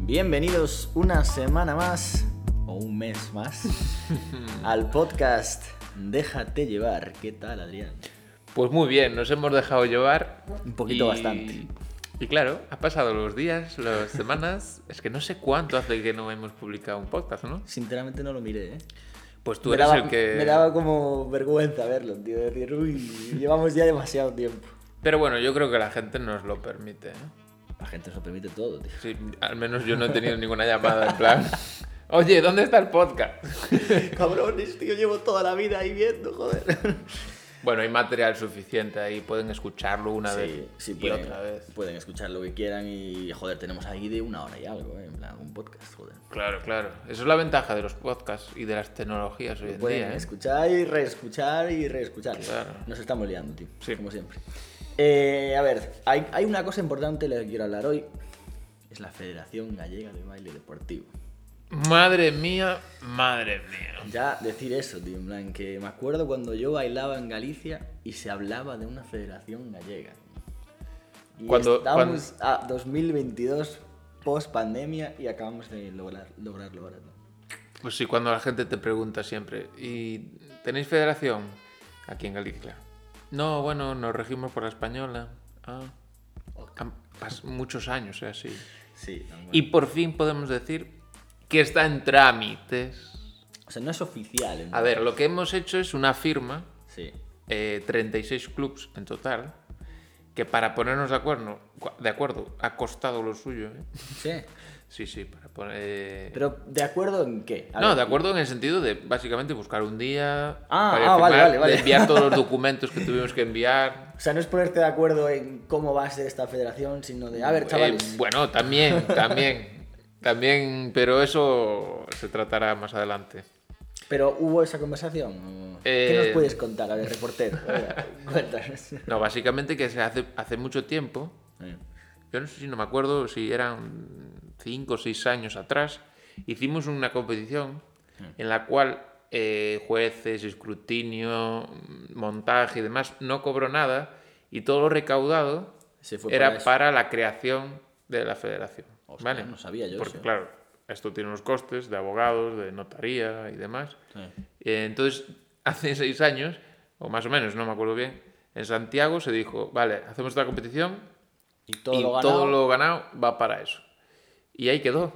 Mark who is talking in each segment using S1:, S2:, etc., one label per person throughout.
S1: Bienvenidos una semana más, o un mes más, al podcast Déjate llevar. ¿Qué tal, Adrián?
S2: Pues muy bien, nos hemos dejado llevar.
S1: Un poquito bastante.
S2: Y claro, ha pasado los días, las semanas. es que no sé cuánto hace que no hemos publicado un podcast, ¿no?
S1: Sinceramente no lo miré, ¿eh?
S2: Pues tú
S1: me
S2: eres
S1: daba,
S2: el que.
S1: me daba como vergüenza verlo, tío. de Decir, uy, llevamos ya demasiado tiempo.
S2: Pero bueno, yo creo que la gente nos lo permite. ¿no?
S1: La gente nos lo permite todo, tío.
S2: Sí, al menos yo no he tenido ninguna llamada en plan. Oye, ¿dónde está el podcast?
S1: Cabrones, tío, llevo toda la vida ahí viendo, joder.
S2: Bueno, hay material suficiente ahí, pueden escucharlo una vez
S1: sí,
S2: y
S1: pueden,
S2: otra vez.
S1: pueden escuchar lo que quieran y, joder, tenemos ahí de una hora y algo, ¿eh? En plan, un podcast, joder.
S2: Claro, claro. Eso es la ventaja de los podcasts y de las tecnologías hoy en
S1: Pueden
S2: día. ¿eh?
S1: escuchar y reescuchar y reescuchar.
S2: Claro.
S1: Nos estamos liando, tío.
S2: Sí.
S1: Como siempre. Eh, a ver, hay, hay una cosa importante de la que quiero hablar hoy. Es la Federación Gallega de Baile Deportivo.
S2: Madre mía, madre mía.
S1: Ya decir eso, tío, en plan, que me acuerdo cuando yo bailaba en Galicia y se hablaba de una federación gallega. Y
S2: Cuando-
S1: estamos a 2022, post pandemia, y acabamos de lograr, lograrlo ahora. ¿no?
S2: Pues sí, cuando la gente te pregunta siempre, ¿y tenéis federación? Aquí en Galicia. No, bueno, nos regimos por la española. Ah, han pas- muchos años es así.
S1: Sí, tan bueno.
S2: Y por fin podemos decir que está en trámites.
S1: O sea, no es oficial. ¿eh?
S2: A ver, lo que hemos hecho es una firma,
S1: Sí.
S2: eh, 36 clubs en total, que para ponernos de acuerdo, de acuerdo ha costado lo suyo. ¿eh?
S1: Sí.
S2: Sí, sí, para eh, poner...
S1: Pero, ¿de acuerdo en qué? A
S2: No,
S1: ver,
S2: de acuerdo en el sentido de básicamente buscar un día,
S1: Ah,
S2: para ir
S1: ah,
S2: a
S1: vale,
S2: firmar,
S1: vale, vale.
S2: de enviar todos los documentos que tuvimos que enviar.
S1: O sea, no es ponerte de acuerdo en cómo va a ser esta federación, sino de, a ver,
S2: Eh,
S1: chavales.
S2: bueno, también, también, también, pero eso se tratará más adelante.
S1: Pero hubo esa conversación. ¿Qué
S2: Eh,
S1: nos puedes contar? A ver, reportero. venga, Cuéntanos.
S2: No, básicamente que se hace, hace mucho tiempo, yo no sé si no me acuerdo si eran 5 o 6 años atrás, hicimos una competición
S1: Hmm.
S2: en la cual eh, jueces, escrutinio, montaje y demás no cobró nada y todo lo recaudado
S1: Se fue
S2: era
S1: para
S2: para,
S1: eso.
S2: la creación de la federación.
S1: Hostia, no sabía yo
S2: Porque
S1: eso.
S2: claro, esto tiene unos costes de abogados, de notaría y demás. Eh, Entonces, hace seis años, o más o menos, no me acuerdo bien, en Santiago se dijo, vale, hacemos esta competición,
S1: Y todo
S2: y
S1: lo ganado.
S2: todo lo ganado va para eso. Y ahí quedó.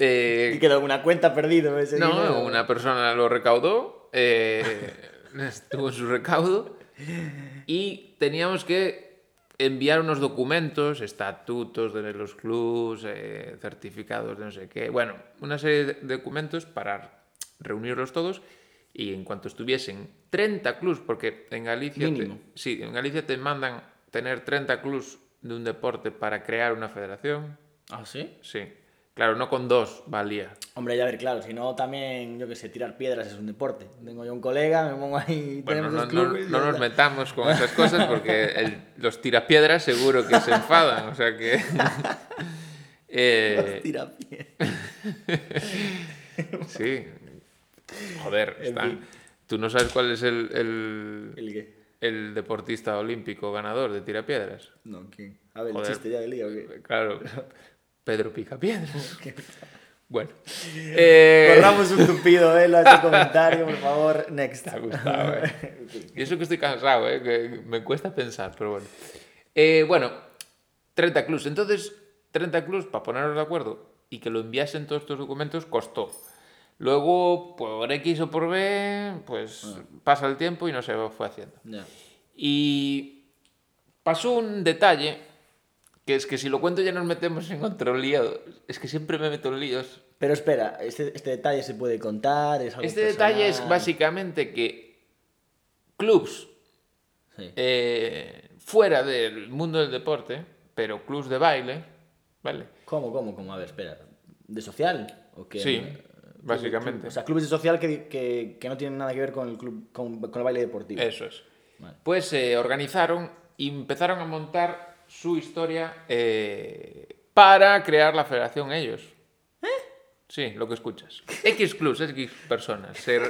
S2: Eh,
S1: Y quedó una cuenta perdida. ese
S2: no,
S1: dinero.
S2: una persona lo recaudó, eh, estuvo en su recaudo y teníamos que enviar unos documentos, estatutos de los clubs, eh, certificados de no sé qué, bueno, una serie de documentos para reunirlos todos y en cuanto estuviesen 30 clubs, porque en Galicia, te,
S1: Mínimo.
S2: sí, en Galicia te mandan tener 30 clubs de un deporte para crear una federación,
S1: ¿Ah, sí?
S2: sí, claro, no con dos valía.
S1: Hombre, ya a ver, claro, si no también, yo qué sé, tirar piedras es un deporte. Tengo yo un colega, me pongo ahí,
S2: Bueno,
S1: tenemos
S2: no,
S1: dos
S2: no-
S1: clubes y
S2: no
S1: ya
S2: nos
S1: está.
S2: metamos con esas cosas porque el- los tirapiedras seguro que se enfadan, o sea que... Eh,
S1: Los tirapiedras.
S2: sí. Joder,
S1: En
S2: están-
S1: fin.
S2: tú no sabes cuál es el, el,
S1: ¿El qué?
S2: el deportista olímpico ganador de tirapiedras.
S1: No, ¿quién? A ver,
S2: Joder.
S1: el chiste ya del día, ¿o qué?
S2: Claro, Pedro Picapiedras.
S1: ¿Qué?
S2: Bueno. eh,
S1: Corramos un tupido velo a ese comentario, por favor. Next.
S2: Te ha gustado, eh. Y eso que estoy cansado, eh, que me cuesta pensar, pero bueno. Eh, bueno, 30 clubs. Entonces, 30 clubs, para ponernos de acuerdo y que lo enviasen todos estos documentos, costó. Luego, por X o por B, pues pasa el tiempo y no se fue haciendo.
S1: Ya.
S2: Y pasó un detalle, que es que si lo cuento ya nos metemos en otro lío. Es que siempre me meto en líos.
S1: Pero espera, este, este detalle se puede contar. Es algo
S2: Este detalle es
S1: personal?
S2: básicamente que clubs
S1: Sí.
S2: eh, fuera del mundo del deporte, pero clubs de baile, ¿vale?
S1: ¿Cómo, cómo, cómo? A ver, espera. ¿De social? ¿O qué?
S2: Sí,
S1: Eh,
S2: básicamente.
S1: O sea, clubes de social que, que, que no tienen nada que ver con el, club, con, con el baile deportivo.
S2: Eso es.
S1: Vale.
S2: Pues se organizaron y empezaron a montar su historia eh, para crear la federación ellos. Sí, lo que escuchas. X clubs, X personas se,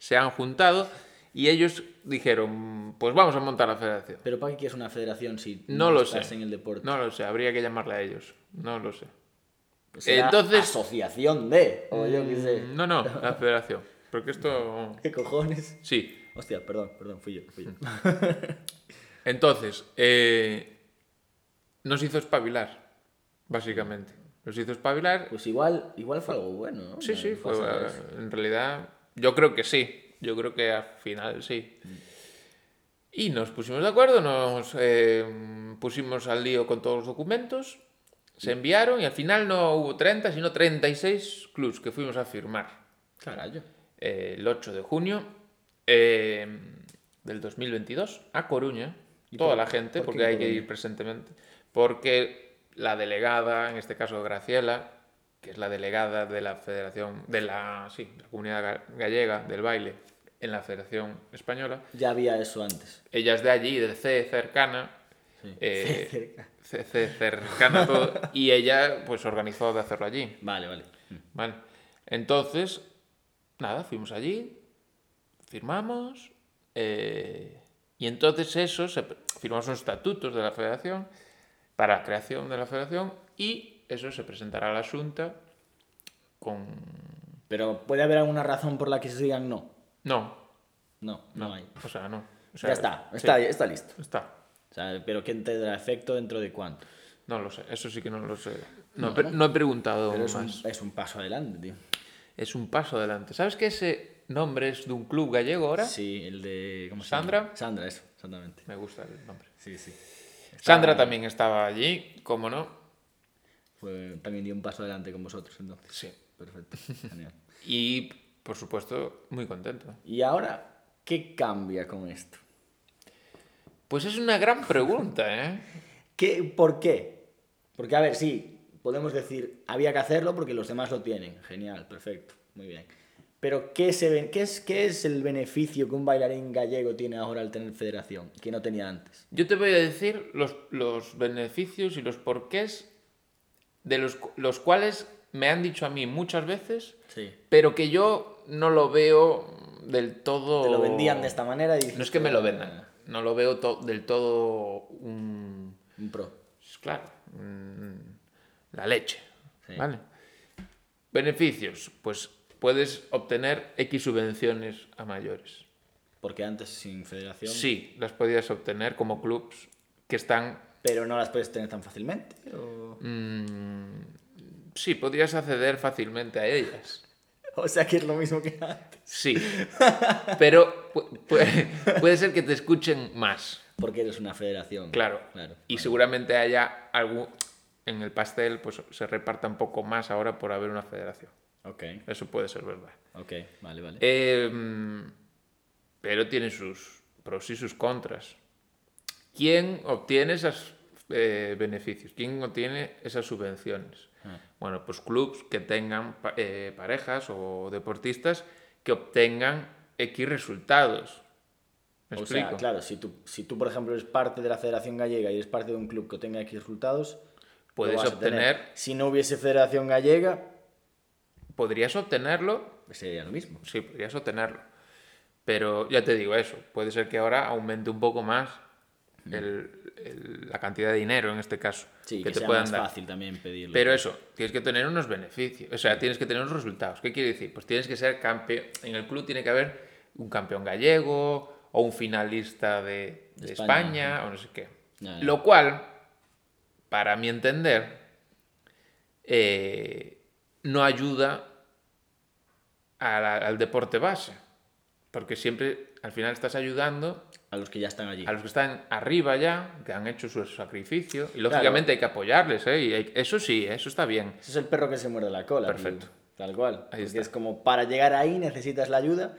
S2: se han juntado y ellos dijeron, pues vamos a montar la federación.
S1: Pero ¿para qué quieres una federación si
S2: No lo sé.
S1: estás en el deporte?
S2: No lo sé, habría que llamarle a ellos. No lo sé.
S1: Será
S2: Entonces- Mm.
S1: Asociación de. O yo qué sé.
S2: No, no, la federación. Porque esto.
S1: ¿Qué cojones?
S2: Sí.
S1: Hostia, perdón, perdón, fui yo. Fui yo.
S2: Entonces, eh, nos hizo espabilar, básicamente. Nos hizo espabilar
S1: Pues igual, igual fue algo bueno, ¿no?
S2: Sí,
S1: No
S2: sí, fue, eh,
S1: pasa nada.
S2: en realidad yo creo que sí, yo creo que al final sí. Y nos pusimos de acuerdo, nos eh, pusimos al lío con todos los documentos, se enviaron y al final no hubo 30, sino 36 clubs que fuimos a firmar
S1: Carayo.
S2: eh, el 8 de junio eh, del 2022 a Coruña.
S1: ¿Y
S2: Toda
S1: por-
S2: la gente,
S1: por qué
S2: porque
S1: en
S2: hay que
S1: Coruña?
S2: ir presentemente. Porque la delegada, en este caso Graciela, que es la delegada de la Federación, de la, sí, de la comunidad ga- gallega del baile en la Federación Española,
S1: Ya había eso antes.
S2: ella es de allí, de C cercana. eh, C- C cercana a todo, y ella pues organizó de hacerlo allí.
S1: Vale, vale.
S2: Vale. Entonces, nada, fuimos allí, firmamos, eh, y entonces eso, se, firmamos unos estatutos de la federación para la creación de la federación, y eso se presentará a la Junta con...
S1: Pero puede haber alguna razón por la que se digan no.
S2: No,
S1: No, no, hay.
S2: o sea, no. O sea,
S1: Ya está,
S2: sí,
S1: está, está listo.
S2: está.
S1: O sea, pero ¿quién tendrá efecto dentro de cuánto?
S2: No lo sé, eso sí que no lo sé. No, he pre- no he preguntado
S1: Pero es un,
S2: más.
S1: es un paso adelante, tío.
S2: Es un paso adelante. ¿Sabes que ese nombre es de un club gallego ahora?
S1: Sí, el de. ¿cómo se
S2: ¿Sandra?
S1: llama? Sandra, eso, exactamente.
S2: Me gusta el nombre.
S1: Sí, sí.
S2: Sandra también estaba allí, ¿cómo no?
S1: Fue- también dio un paso adelante con vosotros, entonces.
S2: Sí.
S1: Perfecto. Genial.
S2: Y, por supuesto, muy contento.
S1: Y ahora, ¿qué cambia con esto?
S2: Pues es una gran pregunta, ¿eh?
S1: ¿Qué, ¿Por qué? Porque, a ver, sí, podemos decir, había que hacerlo porque los demás lo tienen. Genial, perfecto, muy bien. Pero, ¿qué, se ven- qué, es, ¿qué es el beneficio que un bailarín gallego tiene ahora al tener federación, que no tenía antes?
S2: Yo te voy a decir los, los beneficios y los porqués de los, cu- los cuales me han dicho a mí muchas veces,
S1: Sí.
S2: pero que yo no lo veo del todo...
S1: Te lo vendían de esta manera y... "Ah,
S2: No es que me lo vendan, no lo veo to- del todo un...
S1: Un pro.
S2: Es claro, mm, la leche.
S1: Pues Sí.
S2: ¿Vale? Beneficios, pues puedes obtener X subvenciones a mayores.
S1: Porque antes sin federación...
S2: Sí, las podías obtener como clubs que están...
S1: Pero no las puedes tener tan fácilmente. O,
S2: mm, sí, podrías acceder fácilmente a ellas.
S1: o sea que es lo mismo que antes.
S2: Sí. Pero pu- pu- puede ser que te escuchen más.
S1: Porque eres una federación.
S2: Claro.
S1: Claro.
S2: Y seguramente haya algún... En el pastel pues se reparta un poco más ahora por haber una federación.
S1: Ok,
S2: Eso puede ser verdad.
S1: ok, vale, vale.
S2: Eh, pero tiene sus pros y sus contras. ¿Quién obtiene esos beneficios? ¿Quién obtiene esas subvenciones?
S1: Ah.
S2: Bueno, pues clubs que tengan pa- eh, parejas o deportistas que obtengan X resultados. ¿Me
S1: O
S2: explico?
S1: sea, claro, si tú, si tú, por ejemplo, eres parte de la Federación Gallega y eres parte de un club que tenga X resultados, lo
S2: Puedes
S1: vas a
S2: obtener-
S1: tener. Si no hubiese Federación Gallega,
S2: Podrías obtenerlo
S1: pues sería lo mismo.
S2: Sí, podrías obtenerlo. Pero ya te digo eso, puede ser que ahora aumente un poco más el- el- la cantidad de dinero en este caso
S1: Mm. Sí, que,
S2: que te
S1: sea
S2: puedan
S1: más
S2: dar.
S1: fácil también pedirlo.
S2: Pero eso, tienes que tener unos beneficios, o sea, tienes que tener unos resultados. ¿Qué quiere decir? Pues tienes que ser campeón. En el club tiene que haber un campeón gallego o un finalista de, de España,
S1: España,
S2: o no sé qué.
S1: Ya, ya.
S2: Lo cual, para mi entender, eh, no ayuda a la- al deporte base. Porque siempre, al final, estás ayudando
S1: A los que ya están allí.
S2: a los que están arriba ya, que han hecho su sacrificio. Y lógicamente hay que apoyarles, ¿eh? Y hay- eso sí, eso está bien.
S1: Eso es el perro que se muerde la cola.
S2: Perfecto.
S1: tío. Tal cual. Porque
S2: está.
S1: es como para llegar ahí necesitas la ayuda,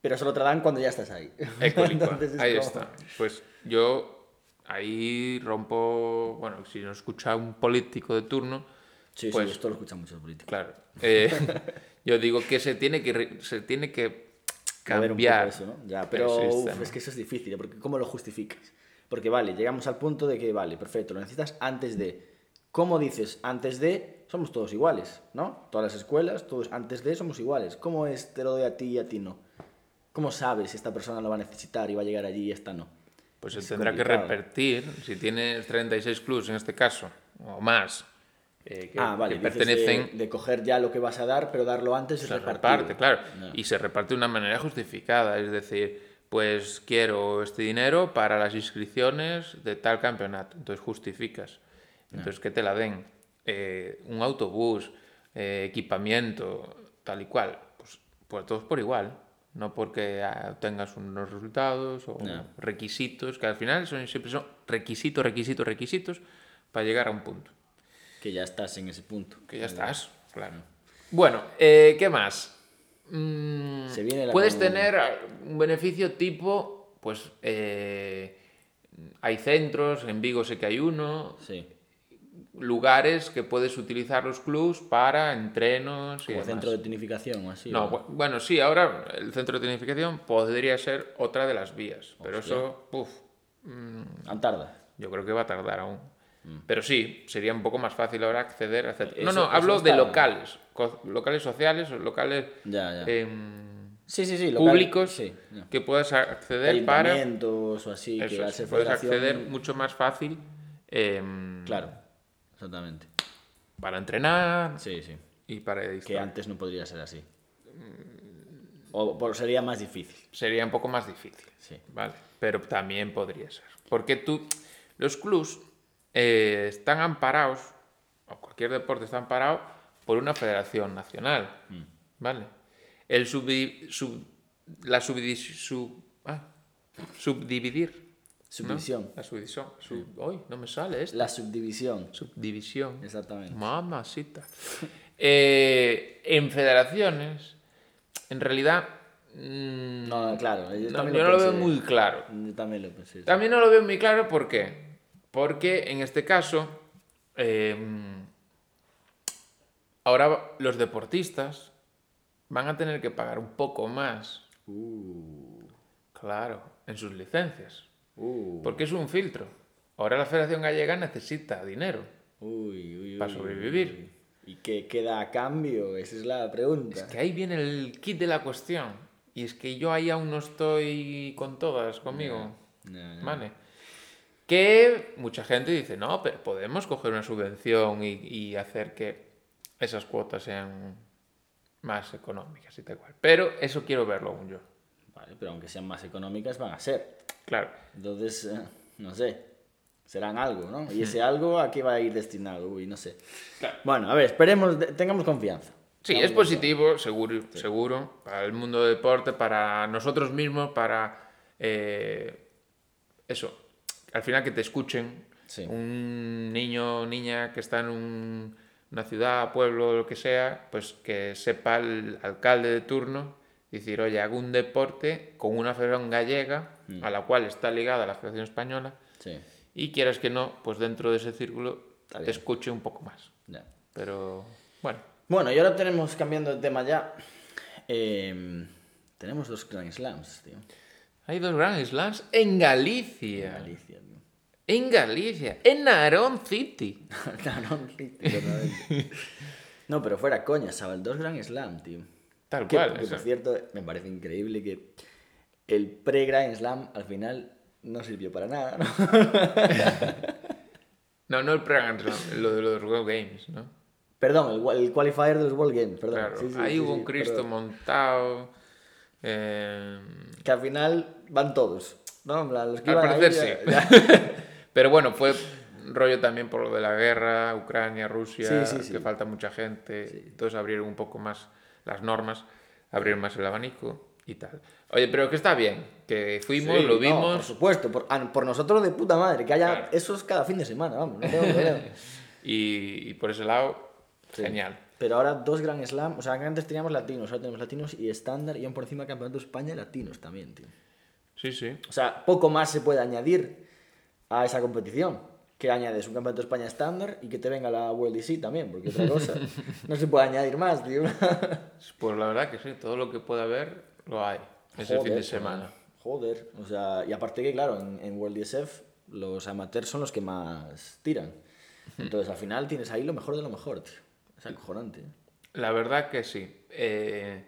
S1: pero solo te la dan cuando ya estás ahí.
S2: Ecolico,
S1: Entonces es
S2: ahí
S1: como-
S2: está. Pues yo ahí rompo, bueno, si no escucha un político de turno,
S1: Sí, sí,
S2: Pues-
S1: esto lo escuchan muchos políticos.
S2: claro, eh, yo digo que se tiene que, re- se tiene que
S1: Mover un poco
S2: cambiar.
S1: eso, ¿no? Ya,
S2: el
S1: pero uf,
S2: sistema.
S1: es que eso es difícil, ¿eh? porque ¿cómo lo justificas? Porque vale, llegamos al punto de que vale, perfecto, lo necesitas antes de. ¿Cómo dices antes de? Somos todos iguales, ¿no? Todas las escuelas, todos antes de somos iguales. ¿Cómo es te lo doy a ti y a ti no? ¿Cómo sabes si esta persona lo va a necesitar y va a llegar allí y esta no?
S2: Pues se
S1: Es
S2: tendrá que
S1: complicado.
S2: repetir, si tienes 36 clubs en este caso, o más, eh, que,
S1: Ah, vale.
S2: que
S1: dices
S2: pertenecen
S1: de, de coger ya lo que vas a dar, pero darlo antes es
S2: se reparte,
S1: repartido.
S2: claro.
S1: Ya.
S2: Y se reparte de una manera justificada, es decir, pues quiero este dinero para las inscripciones de tal campeonato, entonces justificas. Entonces, que te la den? Eh, un autobús, eh, equipamiento, tal y cual. Pues, pues todos por igual, no porque ah, tengas unos resultados o
S1: Ya.
S2: requisitos, que al final son, siempre son requisitos, requisitos, requisitos para llegar a un punto.
S1: Que ya estás en ese punto.
S2: Que ya estás, claro. Bueno, eh, ¿qué más? Mm,
S1: Se viene la
S2: Puedes
S1: Comunidad.
S2: tener eh, un beneficio tipo, pues eh, hay centros, en Vigo sé que hay uno,
S1: Sí.
S2: lugares que puedes utilizar los clubs para entrenos y
S1: Como
S2: demás.
S1: centro de tunificación o así.
S2: No,
S1: ¿o?
S2: bu- bueno, sí, ahora el centro de tecnificación podría ser otra de las vías, pero eso, puf,
S1: Aún tarda.
S2: yo creo que va a tardar aún. Pero sí, sería un poco más fácil ahora acceder a... hacer- no,
S1: Mm. Eso-
S2: no,
S1: eso
S2: hablo de
S1: está-
S2: locales. co- Locales sociales o locales
S1: Ya, ya.
S2: em,
S1: sí, sí, sí. local-
S2: públicos
S1: Sí. ya.
S2: que puedas acceder para...
S1: Ayuntamientos o así. que
S2: Eso,
S1: al
S2: es,
S1: ser
S2: puedes
S1: federación-
S2: acceder mucho más fácil em,
S1: Claro. Exactamente.
S2: para entrenar
S1: Sí, sí.
S2: y para
S1: Que
S2: distraer.
S1: antes no podría ser así.
S2: Mm.
S1: O por- sería más difícil.
S2: Sería un poco más difícil.
S1: Sí.
S2: Vale, pero también podría ser. Porque tú, los clubs eh, están amparados, o cualquier deporte está amparado por una federación nacional.
S1: Mm.
S2: Vale. El subdi- sub- la subdis- sub- ah, subdividir.
S1: Subdivisión.
S2: ¿no? La subdivisión. Sub- Uy, no me sale esto.
S1: La subdivisión.
S2: Subdivisión.
S1: Exactamente.
S2: Mm. Mamacita. Eh, en federaciones, en realidad, mm,
S1: No, claro. Yo,
S2: no,
S1: también
S2: yo no lo veo
S1: pensé.
S2: muy claro.
S1: Yo también lo pensé. sí.
S2: También no lo veo muy claro por qué. Porque en este caso, eh, ahora los deportistas van a tener que pagar un poco más,
S1: Uh,
S2: claro, en sus licencias.
S1: uh,
S2: Porque es un filtro. Ahora la Federación Gallega necesita dinero
S1: uy, uy,
S2: para
S1: uy.
S2: sobrevivir.
S1: ¿Y qué queda a cambio? Esa es la pregunta.
S2: Es que ahí viene el kit de la cuestión. Y es que yo ahí aún no estoy con todas conmigo.
S1: No, no.
S2: Vale. Que mucha gente dice, no, pero podemos coger una subvención y, y hacer que esas cuotas sean más económicas y tal cual. Pero eso quiero verlo aún yo.
S1: Vale, pero aunque sean más económicas, van a ser.
S2: Claro.
S1: Entonces, eh, no sé, serán algo, ¿no? Y ese algo, ¿a qué va a ir destinado? Uy, no sé.
S2: Claro.
S1: Bueno, a ver, esperemos, de- tengamos confianza.
S2: Sí, es positivo, seguro, seguro, para el mundo del deporte, para nosotros mismos, para eh, eso, al final que te escuchen.
S1: Sí.
S2: Un niño o niña que está en un- una ciudad, pueblo, lo que sea, pues que sepa el alcalde de turno decir, oye, hago un deporte con una federación gallega
S1: Mm.
S2: a la cual está ligada la Federación Española
S1: Sí,
S2: y quieras que no, pues dentro de ese círculo
S1: Está
S2: te
S1: bien.
S2: escuche un poco más.
S1: ya.
S2: Pero bueno,
S1: Bueno, y ahora tenemos, cambiando de tema ya, eh, tenemos dos Grand Slams, tío.
S2: Hay dos Grand Slams en Galicia.
S1: Galicia, tío.
S2: En Galicia. En Narón City.
S1: no, no, sí, tío, realmente. No, pero fuera coña, ¿sabes? Dos Grand Slam, tío.
S2: Tal
S1: Que,
S2: cual.
S1: que,
S2: eso.
S1: por cierto, me parece increíble que el pre-Grand Slam al final no sirvió para nada, ¿no?
S2: No, no el Grand Slam, lo de los World Games, ¿no?
S1: Perdón, el, wa- el qualifier de los World Games, perdón.
S2: Claro.
S1: Sí, sí,
S2: Ahí
S1: sí,
S2: hubo
S1: sí,
S2: un Cristo
S1: perdón.
S2: montado. eh,
S1: Que al final van todos. No, En plan, los que
S2: al
S1: iban ahí,
S2: parecer
S1: ya-
S2: sí. Pero bueno, fue rollo también por lo de la guerra, Ucrania, Rusia,
S1: Sí, sí, sí.
S2: que falta mucha gente. Entonces abrieron un poco más las normas, abrieron más el abanico y tal. Oye, pero que está bien, que fuimos,
S1: Sí,
S2: lo
S1: no,
S2: vimos.
S1: por supuesto, por, ah, por nosotros de puta madre, que haya
S2: Claro.
S1: esos cada fin de semana, vamos, no tengo problema.
S2: Y, y por ese lado,
S1: Sí.
S2: genial.
S1: Pero ahora dos Grand Slam, o sea, que antes teníamos latinos, ahora tenemos latinos y estándar y aún por encima Campeonato de España latinos también, tío.
S2: Sí, sí.
S1: O sea, poco más se puede añadir a esa competición. Que añades un campeonato de España estándar y que te venga la World DC también, porque otra cosa. no se puede añadir más, tío.
S2: Pues la verdad que sí, todo lo que pueda haber lo hay. Es el fin
S1: Joder,
S2: de semana.
S1: Joder. O sea, y aparte que, claro, en, en World DSF los amateurs son los que más tiran. Entonces, al final tienes ahí lo mejor de lo mejor, tío. Es acojonante. ¿eh?
S2: La verdad que sí. Eh,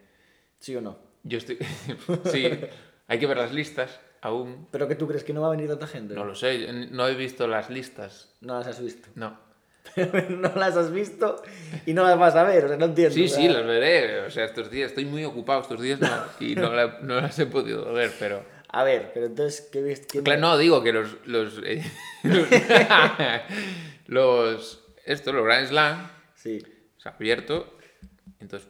S1: ¿Sí o no?
S2: yo estoy. sí, hay que ver las listas aún.
S1: ¿Pero que tú crees que no va a venir tanta gente?
S2: No lo sé, no he visto las listas.
S1: No las has visto.
S2: No.
S1: pero no las has visto y no las vas a ver, o sea, no entiendo.
S2: Sí,
S1: o sea,
S2: sí, las veré. O sea, estos días estoy muy ocupado estos días no, y no, la- no las he podido ver, pero.
S1: A ver, pero entonces, ¿qué viste? ¿Quién-
S2: Claro, no, digo que los. Los. eh, los, los- esto, los Grand Slam,
S1: Sí.
S2: se ha abierto. Entonces,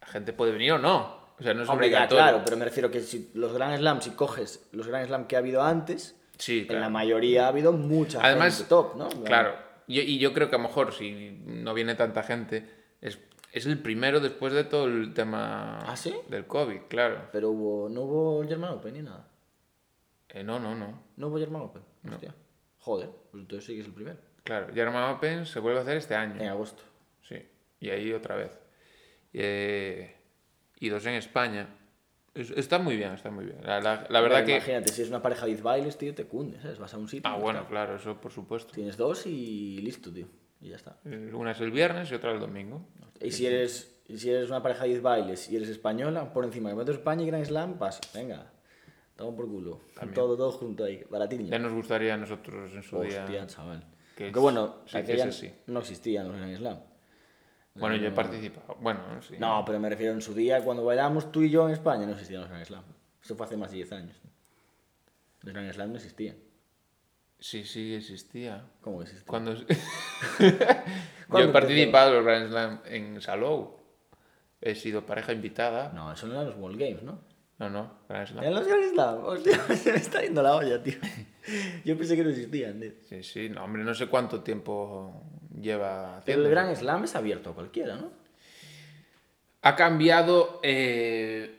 S2: la gente puede venir o no. O sea, no es
S1: Hombre, ya,
S2: obligatorio.
S1: claro, pero me refiero que si los Grand Slam, si coges los Grand Slam que ha habido antes,
S2: Sí,
S1: en la
S2: claro.
S1: mayoría ha habido mucha
S2: Además,
S1: gente top, ¿no?
S2: Claro. Yo- y yo creo que a lo mejor, si no viene tanta gente, es, es el primero después de todo el tema
S1: ¿Ah, sí?
S2: del COVID, claro.
S1: Pero hubo, no hubo German Open ni nada.
S2: Eh, no, no, no.
S1: No hubo German Open. Hostia. Joder, pues entonces sí que es el primero.
S2: Claro, German Open se vuelve a hacer este año.
S1: En agosto.
S2: Sí, y ahí otra vez. Eh, y dos en España. Es- está muy bien, está muy bien. La, la- la verdad
S1: Hombre,
S2: que...
S1: Imagínate, si es una pareja de bailes, tío, te cundes, ¿sabes? Vas a un sitio.
S2: Ah,
S1: ya
S2: bueno,
S1: está.
S2: claro, eso por supuesto.
S1: Tienes dos y listo, tío. Y ya está.
S2: Eh, Una es el viernes y otra el domingo.
S1: Y si eres, y si eres una pareja de 10 bailes y eres española, por encima, que metes España y Grand Slam, pasa. Venga, toma por culo. Todo, todo junto ahí,
S2: Ya
S1: baratillo.
S2: nos gustaría a nosotros en su día...
S1: Hostia, chaval.
S2: Que
S1: Que,
S2: es-
S1: bueno,
S2: sí, que
S1: aquella
S2: ese sí.
S1: no existían los Grand Slam.
S2: Bueno, yo he participado. Bueno, sí.
S1: No, pero me refiero en su día, cuando bailamos tú y yo en España, no existían los Grand Slam. Eso fue hace más de 10 años. Los Grand Slam no existían.
S2: Sí, sí, existía.
S1: ¿Cómo que existían?
S2: Cuando... Yo he
S1: empezó?
S2: participado en los Grand Slam en Salou. He sido pareja invitada.
S1: No, eso no eran los World Games, ¿no?
S2: No, no, Grand Slam.
S1: Eran los Grand Slam. Hostia, se me está yendo la olla, tío. Yo pensé que no existían, tío.
S2: Sí, sí, no, hombre, no sé cuánto tiempo lleva
S1: Pero
S2: haciendo.
S1: el Grand Slam es abierto a cualquiera, ¿no?
S2: Ha cambiado eh,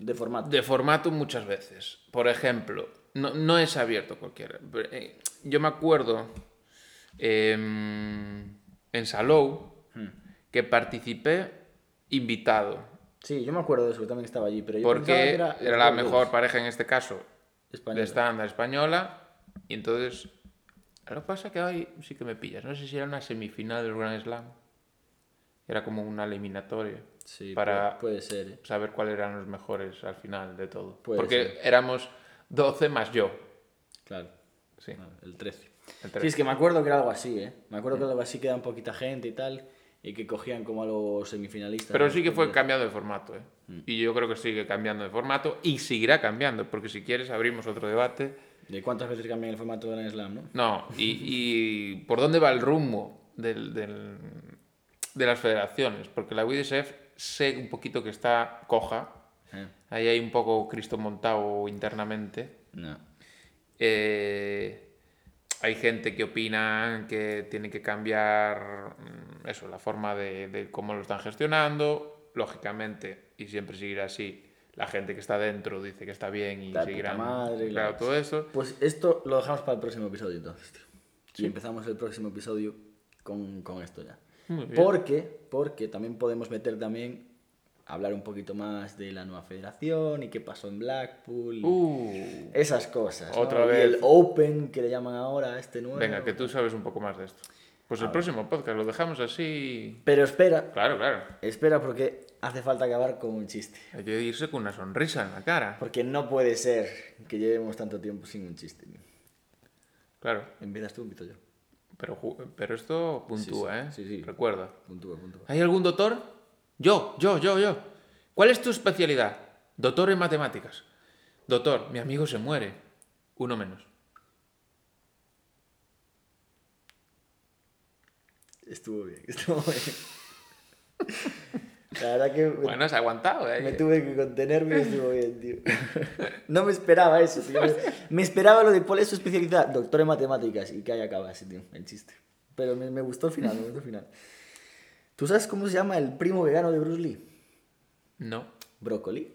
S1: De formato.
S2: de formato muchas veces. Por ejemplo, no, no es abierto cualquiera. Pero, eh, Yo me acuerdo eh, en Salou
S1: Hmm.
S2: que participé invitado.
S1: Sí, yo me acuerdo de eso, que también estaba allí, pero yo pensaba
S2: Porque
S1: que
S2: era,
S1: era,
S2: la mejor pareja en este caso
S1: español.
S2: de estándar española. Y entonces, lo que pasa que hoy sí que me pillas. No sé si era una semifinal del Grand Slam. Era como una eliminatoria.
S1: Sí,
S2: para
S1: puede, puede ser. ¿eh?
S2: saber cuáles eran los mejores al final de todo.
S1: Puede
S2: Porque
S1: ser.
S2: éramos 12 más yo.
S1: Claro.
S2: Sí.
S1: Vale, El 13.
S2: El 13.
S1: Sí, es que me acuerdo que era algo así, ¿eh? Me acuerdo que algo así quedan poquita gente y tal, y que cogían como a los semifinalistas.
S2: Pero
S1: ¿no?
S2: sí que fue cambiando de formato. ¿eh?
S1: Mm.
S2: Y yo creo que sigue cambiando de formato y seguirá cambiando. Porque si quieres abrimos otro debate.
S1: ¿De cuántas veces cambian el formato de Grand Slam, no?
S2: No, y, y por dónde va el rumbo del- del- de las federaciones. Porque la WDSF sé un poquito que está coja.
S1: Eh,
S2: Ahí hay un poco Cristo montado internamente.
S1: No.
S2: Eh, hay gente que opina que tiene que cambiar mm, eso, la forma de, de cómo lo están gestionando. Lógicamente, y siempre seguirá así, la gente que está dentro dice que está bien y
S1: La puta
S2: seguirán.
S1: madre,
S2: claro,
S1: la-
S2: todo eso.
S1: Pues esto lo dejamos para el próximo episodio entonces, tío. Y empezamos el próximo episodio con, con esto ya.
S2: Muy bien.
S1: Porque, porque también podemos meter también, hablar un poquito más de la nueva federación y qué pasó en Blackpool. y
S2: Uh,
S1: Esas cosas. ¿no?
S2: Otra
S1: Y el
S2: vez.
S1: Open que le llaman ahora a este nuevo.
S2: venga, que tú sabes un poco más de esto. Pues el próximo podcast lo dejamos así.
S1: Pero espera,
S2: Claro, claro.
S1: espera porque hace falta acabar con un chiste.
S2: Hay que irse con una sonrisa en la cara.
S1: Porque no puede ser que llevemos tanto tiempo sin un chiste. tío.
S2: Claro,
S1: Empiezas tú, invito yo.
S2: pero, ju- pero esto puntúa,
S1: sí,
S2: ¿eh?
S1: sí.
S2: Recuerda.
S1: Puntúa, puntúa.
S2: ¿Hay algún doctor? Yo, yo, yo, yo. ¿Cuál es tu especialidad? Doctor en matemáticas. Doctor, mi amigo se muere. Uno menos.
S1: Estuvo bien, estuvo bien. La verdad que me-
S2: Bueno, has aguantado,
S1: me
S2: ¿eh?
S1: tuve que contenerme y estuvo bien, tío. No me esperaba eso, tío. Me- Me esperaba lo de cuál es su especialidad, doctor en matemáticas, y que ahí acabase, tío, el chiste. Pero me, me gustó el final, me gustó el final. ¿Tú sabes cómo se llama el primo vegano de Bruce Lee?
S2: No.
S1: ¿Brócoli?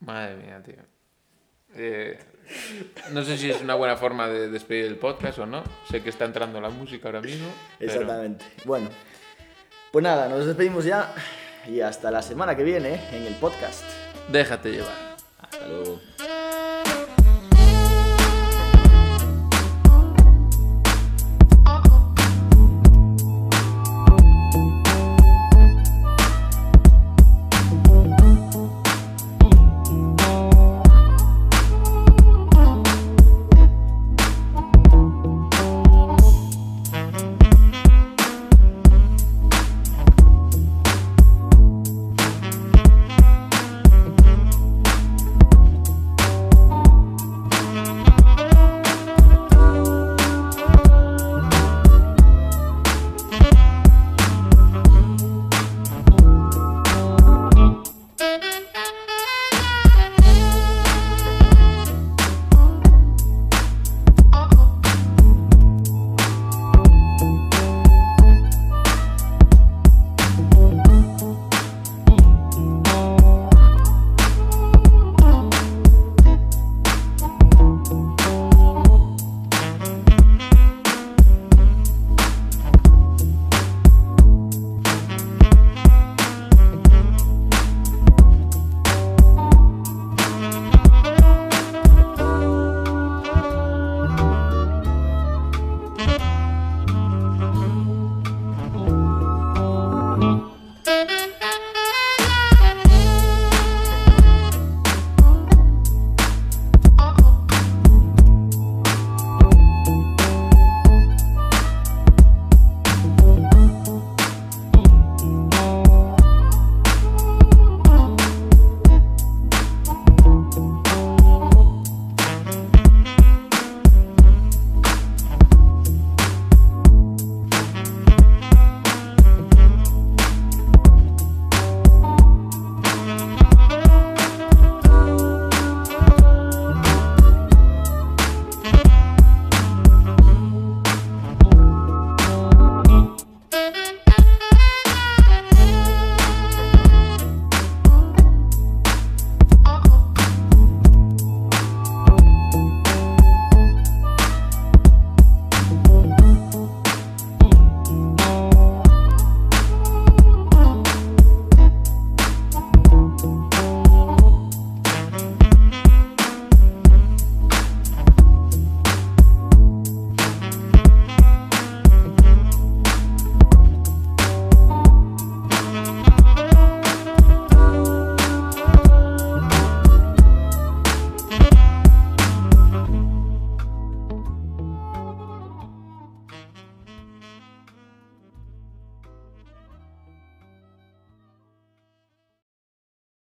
S2: Madre mía, tío. Eh, no sé si es una buena forma de despedir el podcast o no. Sé que está entrando la música ahora mismo. pero-
S1: Exactamente. Bueno, pues nada, nos despedimos ya y hasta la semana que viene en el podcast.
S2: Déjate llevar.
S1: Hasta luego.